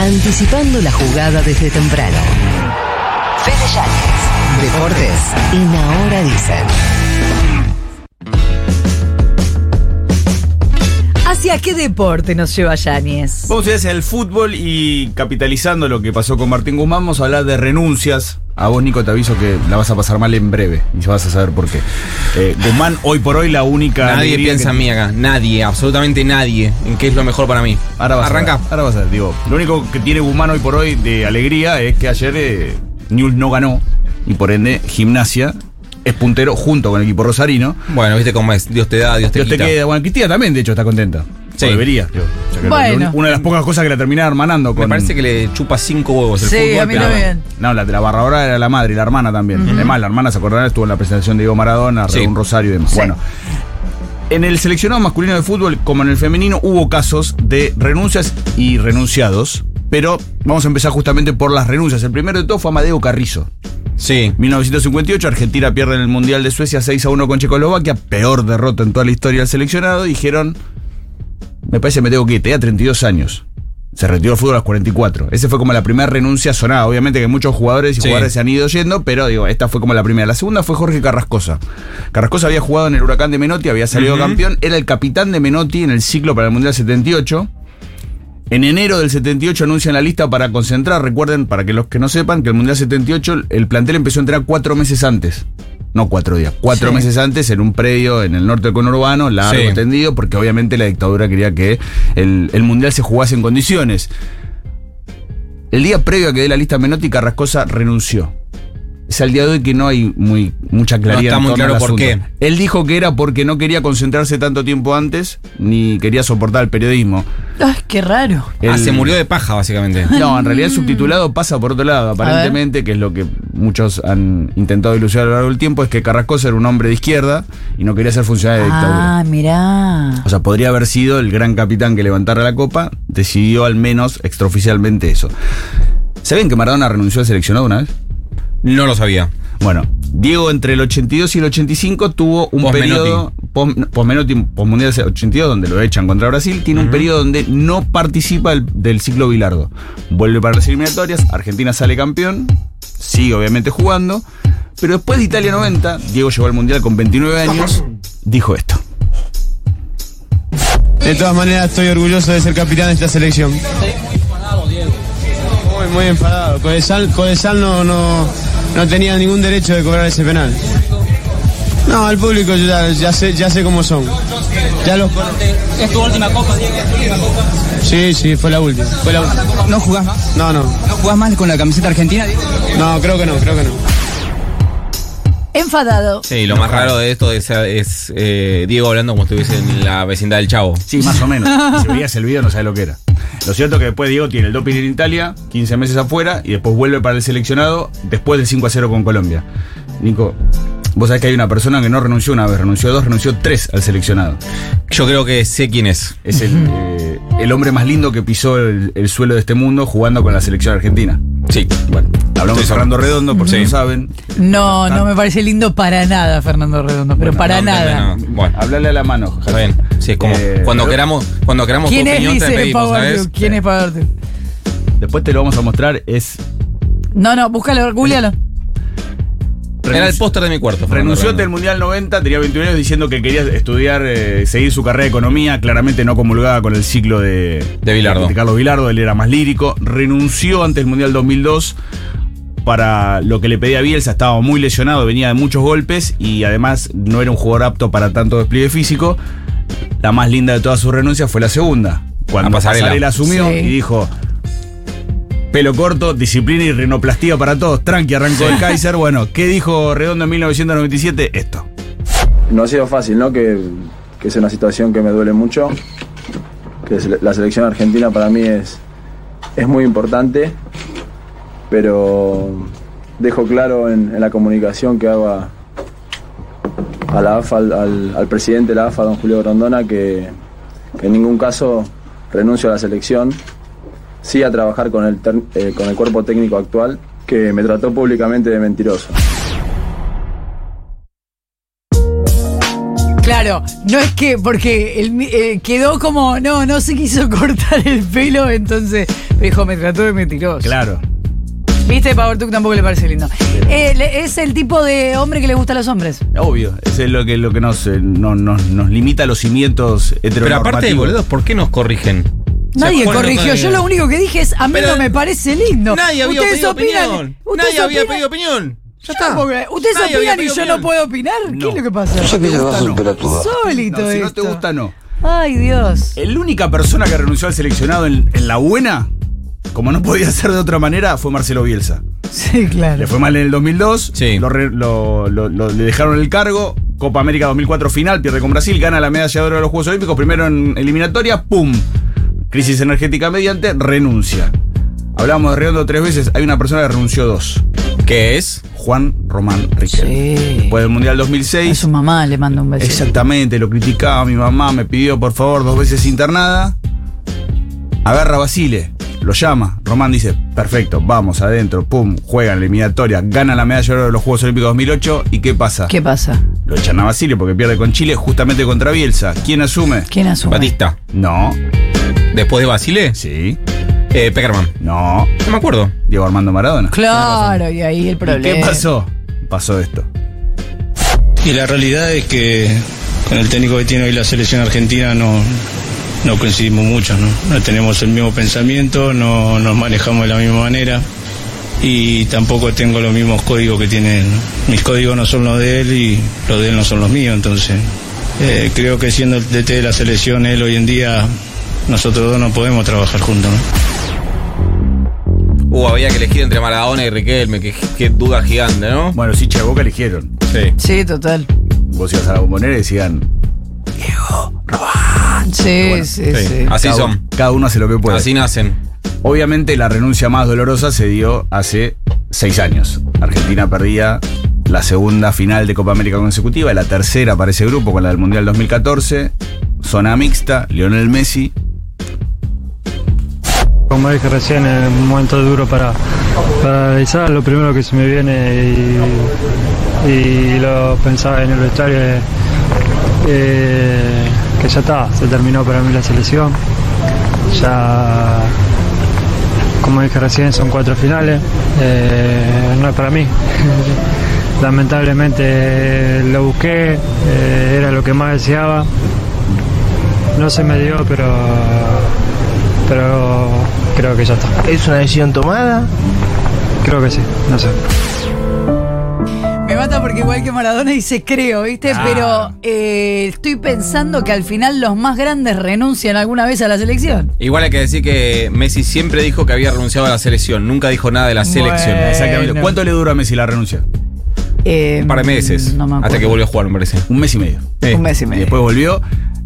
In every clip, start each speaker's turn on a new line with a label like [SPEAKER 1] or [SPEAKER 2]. [SPEAKER 1] Anticipando la jugada desde temprano. Fede Yáñez. Deportes. En Ahora Dicen.
[SPEAKER 2] ¿Hacia qué deporte nos lleva Yáñez?
[SPEAKER 3] Vamos a ir hacia el fútbol y capitalizando lo que pasó con Martín Guzmán, vamos a hablar de renuncias. A vos, Nico, te aviso que la vas a pasar mal en breve y ya vas a saber por qué. Eh, Guzmán, hoy por hoy, la única.
[SPEAKER 4] Nadie
[SPEAKER 3] alegría
[SPEAKER 4] piensa
[SPEAKER 3] que-
[SPEAKER 4] en mí acá, nadie, absolutamente nadie, en qué es lo mejor para mí.
[SPEAKER 3] Ahora vas
[SPEAKER 4] Arranca.
[SPEAKER 3] A ver, ahora vas a ver, digo. Lo único que tiene Guzmán hoy por hoy de alegría es que ayer eh, Newell's no ganó y por ende Gimnasia es puntero junto con el equipo rosarino.
[SPEAKER 4] Bueno, viste cómo es, Dios te da, Dios te
[SPEAKER 3] Dios te
[SPEAKER 4] quita.
[SPEAKER 3] queda. Bueno, Cristina también, de hecho, está contenta.
[SPEAKER 4] Sí.
[SPEAKER 3] O debería. digo. O sea que
[SPEAKER 2] Bueno.
[SPEAKER 3] lo- Una de las pocas cosas que la terminaba hermanando con.
[SPEAKER 4] Me parece que le chupa cinco huevos el
[SPEAKER 2] Sí,
[SPEAKER 4] fútbol,
[SPEAKER 2] a mí
[SPEAKER 4] pero-
[SPEAKER 2] también.
[SPEAKER 3] No, la de la barradora era la madre y la hermana también. Además, la hermana, se acordarán, estuvo en la presentación de Diego Maradona,
[SPEAKER 4] Sí.
[SPEAKER 3] un Rosario y demás.
[SPEAKER 2] Sí.
[SPEAKER 3] Bueno. En el seleccionado masculino de fútbol, como en el femenino, hubo casos de renuncias y renunciados. Pero vamos a empezar justamente por las renuncias. El primero de todo fue Amadeo Carrizo.
[SPEAKER 4] Sí.
[SPEAKER 3] 1958, Argentina pierde en el Mundial de Suecia 6 a 1 con Checoslovaquia, peor derrota en toda la historia del seleccionado. Dijeron, me parece que me tengo que ir, tenía 32 años. Se retiró el fútbol a los 44. Esa fue como la primera renuncia sonada. Obviamente que muchos jugadores y
[SPEAKER 4] Sí.
[SPEAKER 3] jugadores se han ido yendo, pero digo, esta fue como la primera. La segunda fue Jorge Carrascosa. Carrascosa había jugado en el Huracán de Menotti, había salido campeón, era el capitán de Menotti en el ciclo para el Mundial 78. En enero del 78 anuncian la lista para concentrar. Recuerden, para que los que no sepan, que el Mundial 78 el plantel empezó a entrenar cuatro meses antes. No cuatro días, cuatro
[SPEAKER 2] Sí.
[SPEAKER 3] meses antes en un predio en el norte del conurbano, largo,
[SPEAKER 4] Sí.
[SPEAKER 3] extendido, porque obviamente la dictadura quería que el, el Mundial se jugase en condiciones. El día previo a que dé la lista Menotti, Carrascosa renunció. Es al día de hoy que no hay muy, mucha claridad.
[SPEAKER 4] está
[SPEAKER 3] en
[SPEAKER 4] muy
[SPEAKER 3] torno
[SPEAKER 4] claro
[SPEAKER 3] al
[SPEAKER 4] por
[SPEAKER 3] asunto. Él dijo que era porque no quería concentrarse tanto tiempo antes, ni quería soportar el periodismo.
[SPEAKER 2] Ay, qué raro.
[SPEAKER 4] Ah,
[SPEAKER 3] El-
[SPEAKER 4] se murió de paja, básicamente.
[SPEAKER 3] no, en realidad el subtitulado pasa por otro lado, aparentemente, que es lo que muchos han intentado ilusionar a lo largo del tiempo, es que Carrascosa era un hombre de izquierda y no quería ser funcionario de dictadura.
[SPEAKER 2] Ah, mirá.
[SPEAKER 3] O sea, podría haber sido el gran capitán que levantara la copa, decidió al menos extraoficialmente eso. ¿Saben que Maradona renunció al seleccionado una vez?
[SPEAKER 4] No lo sabía.
[SPEAKER 3] Bueno, Diego entre el 82 y el 85 tuvo un
[SPEAKER 4] Post
[SPEAKER 3] periodo pos- posmenotti, posmundial 82 donde lo echan contra Brasil, tiene un periodo donde no participa del, del ciclo Bilardo. Vuelve para las eliminatorias, Argentina sale campeón, sigue obviamente jugando, pero después de Italia 90, Diego llegó al Mundial con 29 años, dijo esto.
[SPEAKER 5] De todas maneras, estoy orgulloso de ser capitán de esta selección. Muy, muy enfadado. Codesal, Codesal no, no, no tenía ningún derecho de cobrar ese penal. No, al público yo ya, ya sé, ya sé cómo son. Ya los conozco.
[SPEAKER 6] Es tu última copa, Diego, es tu última copa.
[SPEAKER 5] Sí, sí, fue la última. Fue la última.
[SPEAKER 7] ¿No jugás más?
[SPEAKER 5] No, no.
[SPEAKER 7] ¿No jugás más con la camiseta argentina? Diego?
[SPEAKER 5] No, creo que no, creo que no.
[SPEAKER 2] Enfadado.
[SPEAKER 4] Sí, lo más raro de esto es, es, eh, Diego hablando como estuviese en la vecindad del Chavo.
[SPEAKER 3] Sí, más o menos. Si veías el video no sabes lo que era. Lo cierto es que después Diego tiene el doping en Italia, 15 meses afuera, y después vuelve para el seleccionado después del 5 a 0 con Colombia. Nico, vos sabés que hay una persona que no renunció una vez, renunció dos, renunció tres al seleccionado.
[SPEAKER 4] Yo creo que sé quién es.
[SPEAKER 3] Es el, eh, el hombre más lindo que pisó el, el suelo de este mundo jugando con la selección argentina.
[SPEAKER 4] Sí.
[SPEAKER 3] Bueno, hablamos de
[SPEAKER 4] Sí,
[SPEAKER 3] Fernando Redondo, por si
[SPEAKER 4] Sí.
[SPEAKER 3] no saben.
[SPEAKER 2] No, no me parece lindo para nada, Fernando Redondo, pero para
[SPEAKER 4] no,
[SPEAKER 2] nada.
[SPEAKER 4] no, no. Bueno,
[SPEAKER 3] Hablale a la mano,
[SPEAKER 4] está
[SPEAKER 3] Javier.
[SPEAKER 4] bien. Sí, es como
[SPEAKER 3] Eh,
[SPEAKER 4] cuando
[SPEAKER 3] pero-
[SPEAKER 4] queramos, cuando queramos tu
[SPEAKER 2] ¿Quién es,
[SPEAKER 4] opinión te
[SPEAKER 2] dice
[SPEAKER 4] pedimos,
[SPEAKER 2] Power
[SPEAKER 4] ¿sabes?
[SPEAKER 2] Duke? ¿Quién es Power Duke?
[SPEAKER 3] Después te lo vamos a mostrar. Es.
[SPEAKER 2] No, no, búscalo, googlealo.
[SPEAKER 4] Era el póster de mi cuarto. Fernando
[SPEAKER 3] Renunció
[SPEAKER 4] Redondo.
[SPEAKER 3] ante el Mundial 90, tenía 21 años diciendo que quería estudiar, eh, seguir su carrera de economía, claramente no comulgaba con el ciclo de,
[SPEAKER 4] De Bilardo.
[SPEAKER 3] de Carlos Bilardo, él era más lírico, renunció ante el Mundial 2002 para lo que le pedía Bielsa, estaba muy lesionado, venía de muchos golpes y además no era un jugador apto para tanto despliegue físico. La más linda de todas sus renuncias fue la segunda, cuando
[SPEAKER 4] A Pasarela.
[SPEAKER 3] Pasarela, asumió
[SPEAKER 2] Sí.
[SPEAKER 3] y dijo... Pelo corto, disciplina y rinoplastía para todos. Tranqui, arranco del Kaiser. Bueno, ¿qué dijo Redondo en 1997? Esto.
[SPEAKER 8] No ha sido fácil, ¿no? Que, que es una situación que me duele mucho. Que se- la selección argentina para mí es, es muy importante, pero dejo claro en, en la comunicación que hago a, a la AFA, al, al- al presidente de la AFA, don Julio Grondona, que, que en ningún caso renuncio a la selección. Sí a trabajar con el, ter- eh, con el cuerpo técnico actual, que me trató públicamente de mentiroso.
[SPEAKER 2] Claro, no es que, porque él, eh, quedó como, no, no se quiso cortar el pelo, entonces me dijo, me trató de mentiroso.
[SPEAKER 3] Claro.
[SPEAKER 2] Viste, Pavartuk tampoco le parece lindo. Eh, le- es el tipo de hombre que le gusta a los hombres.
[SPEAKER 3] Obvio, eso es lo que, lo que nos, eh, no- nos, nos limita a los cimientos
[SPEAKER 4] Pero
[SPEAKER 3] heteronormativos.
[SPEAKER 4] aparte de boludos, ¿por qué nos corrigen? O sea,
[SPEAKER 2] Nadie
[SPEAKER 4] Juan no
[SPEAKER 2] corrigió.
[SPEAKER 4] corrigió.
[SPEAKER 2] Yo lo único que dije es, a mí
[SPEAKER 4] Pero
[SPEAKER 2] no me parece lindo.
[SPEAKER 4] Nadie había
[SPEAKER 2] Ustedes
[SPEAKER 4] pedido
[SPEAKER 2] opinan. ¿eh?
[SPEAKER 4] opinión.
[SPEAKER 2] ustedes
[SPEAKER 4] Nadie había
[SPEAKER 2] opinan-
[SPEAKER 4] pedido opinión. Ya
[SPEAKER 2] Yo no
[SPEAKER 4] está.
[SPEAKER 2] puedo creer. ¿Ustedes
[SPEAKER 4] Nadie había
[SPEAKER 2] opinan y yo
[SPEAKER 4] pedido
[SPEAKER 2] no
[SPEAKER 4] opinión.
[SPEAKER 2] puedo opinar? ¿Qué
[SPEAKER 3] No.
[SPEAKER 2] es lo que pasa? Solito
[SPEAKER 3] No, si no te
[SPEAKER 2] esto.
[SPEAKER 3] gusta, no.
[SPEAKER 2] Ay, Dios.
[SPEAKER 3] La única persona que renunció al seleccionado en, en la buena, como no podía ser de otra manera, fue Marcelo Bielsa.
[SPEAKER 2] Sí, claro.
[SPEAKER 3] Le fue mal en el 2002,
[SPEAKER 4] Sí.
[SPEAKER 3] lo re- lo- lo- lo- le dejaron el cargo, Copa América 2004 final, pierde con Brasil, gana la medalla de oro de los Juegos Olímpicos, primero en eliminatoria, ¡pum! Crisis energética mediante, renuncia. Hablábamos de Redondo tres veces, hay una persona que renunció dos,
[SPEAKER 4] ¿Qué es?
[SPEAKER 3] Juan Román Riquelme.
[SPEAKER 2] Sí.
[SPEAKER 3] Después del Mundial
[SPEAKER 2] A
[SPEAKER 3] 2006,
[SPEAKER 2] su mamá le manda un beso.
[SPEAKER 3] Exactamente, lo criticaba mi mamá, me pidió por favor dos veces internada. Agarra a Basile, lo llama. Román dice, perfecto, vamos adentro, pum, juega en la eliminatoria, gana la medalla de oro de los Juegos Olímpicos 2008 y ¿qué pasa?
[SPEAKER 2] ¿Qué pasa?
[SPEAKER 3] Lo echan a Basile porque pierde con Chile justamente contra Bielsa. ¿Quién asume?
[SPEAKER 2] ¿Quién asume?
[SPEAKER 4] Batista.
[SPEAKER 3] No,
[SPEAKER 4] Después de Basile,
[SPEAKER 3] sí,
[SPEAKER 4] eh, Peckerman.
[SPEAKER 3] no,
[SPEAKER 4] No me acuerdo.
[SPEAKER 3] Diego Armando Maradona.
[SPEAKER 2] Claro, y ahí el
[SPEAKER 3] ¿Y
[SPEAKER 2] problema.
[SPEAKER 3] qué pasó? Pasó esto.
[SPEAKER 5] Y la realidad es que con el técnico que tiene hoy la selección argentina no, no coincidimos mucho, ¿no? No tenemos el mismo pensamiento, no nos manejamos de la misma manera y tampoco tengo los mismos códigos que tiene él. ¿no? Mis códigos no son los de él y los de él no son los míos, entonces eh, creo que siendo el DT de la selección él hoy en día nosotros dos no podemos trabajar juntos, ¿no?
[SPEAKER 4] Uh, había que elegir entre Maradona y Riquelme. Qué, qué duda gigante, ¿no?
[SPEAKER 3] Bueno, sí, Che, Boca eligieron.
[SPEAKER 4] Sí.
[SPEAKER 2] Sí, total.
[SPEAKER 3] Vos ibas a la bombonera y decían,
[SPEAKER 2] Sí, sí, sí.
[SPEAKER 4] sí. Así
[SPEAKER 3] cada,
[SPEAKER 4] son.
[SPEAKER 3] cada uno hace lo que puede.
[SPEAKER 4] Así nacen.
[SPEAKER 3] Obviamente la renuncia más dolorosa se dio hace seis años. Argentina perdía la segunda final de Copa América consecutiva, y la tercera para ese grupo con la del Mundial 2014, zona mixta, Lionel Messi.
[SPEAKER 9] Como dije recién, es un momento duro para, para analizar. Lo primero que se me viene y, y lo pensaba en el vestuario es eh, que ya está, se terminó para mí la selección. Ya, como dije recién, son cuatro finales. eh, no es para mí. Lamentablemente eh, lo busqué, eh, era lo que más deseaba. No se me dio, pero, pero creo que ya está.
[SPEAKER 10] ¿Es una decisión tomada?
[SPEAKER 9] Creo que sí, no sé.
[SPEAKER 2] Me mata porque igual que Maradona dice creo, ¿viste? Pero eh, estoy pensando que al final los más grandes renuncian alguna vez a la selección.
[SPEAKER 4] Igual hay que decir que Messi siempre dijo que había renunciado a la selección. Nunca dijo nada de la selección.
[SPEAKER 2] Bueno.
[SPEAKER 3] Exactamente. ¿Cuánto le duró a Messi la renuncia?
[SPEAKER 2] Eh,
[SPEAKER 4] Un par de meses.
[SPEAKER 2] No me acuerdo.
[SPEAKER 4] hasta que volvió a jugar, me parece.
[SPEAKER 3] Un mes y medio.
[SPEAKER 4] Sí.
[SPEAKER 2] Un mes y
[SPEAKER 3] Y
[SPEAKER 2] medio.
[SPEAKER 3] después volvió.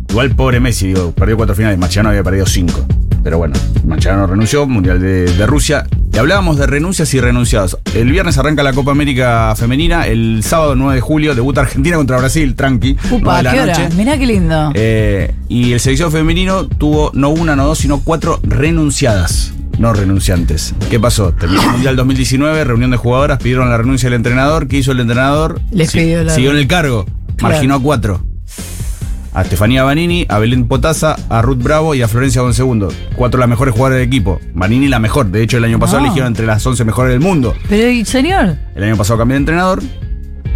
[SPEAKER 3] Igual pobre Messi, digo, perdió cuatro finales, Macherano había perdido cinco. Pero bueno, Macherano renunció, Mundial de, de Rusia. Y hablábamos de renuncias y renunciados. El viernes arranca la Copa América Femenina, el sábado 9 de julio debuta Argentina contra Brasil, tranqui. nueve
[SPEAKER 2] Upa,
[SPEAKER 3] de la
[SPEAKER 2] ¿qué hora?
[SPEAKER 3] noche.
[SPEAKER 2] Mirá qué lindo.
[SPEAKER 3] Eh, y el seleccionado femenino tuvo no una, no dos, sino cuatro renunciadas. No renunciantes. ¿Qué pasó? Terminó el Mundial 2019, reunión de jugadoras, pidieron la renuncia del entrenador. ¿Qué hizo el entrenador?
[SPEAKER 2] Les pidió la-
[SPEAKER 3] Siguió en el cargo.
[SPEAKER 2] Claro.
[SPEAKER 3] Marginó a cuatro. A Estefanía Banini, a Belén Potasa, a Ruth Bravo y a Florencia Bonsegundo. Cuatro de las mejores jugadoras del equipo. Banini la mejor. De hecho, el año pasado
[SPEAKER 2] No.
[SPEAKER 3] eligieron entre las 11 mejores del mundo.
[SPEAKER 2] Pero, ¿y señor?
[SPEAKER 3] El año pasado cambió de entrenador.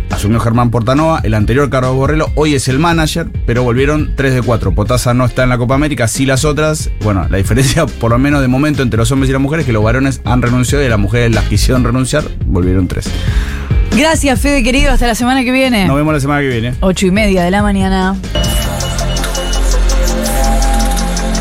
[SPEAKER 3] Asumió Germán Portanoa, el anterior Carlos Borrello, hoy es el manager, pero volvieron 3 de 4. Potasa no está en la Copa América, sí las otras. Bueno, la diferencia, por lo menos de momento, entre los hombres y las mujeres, es que los varones han renunciado y las mujeres las quisieron renunciar, volvieron 3.
[SPEAKER 2] Gracias, Fede, querido. Hasta la semana que viene.
[SPEAKER 3] Nos vemos la semana que viene.
[SPEAKER 2] Ocho y media de la mañana.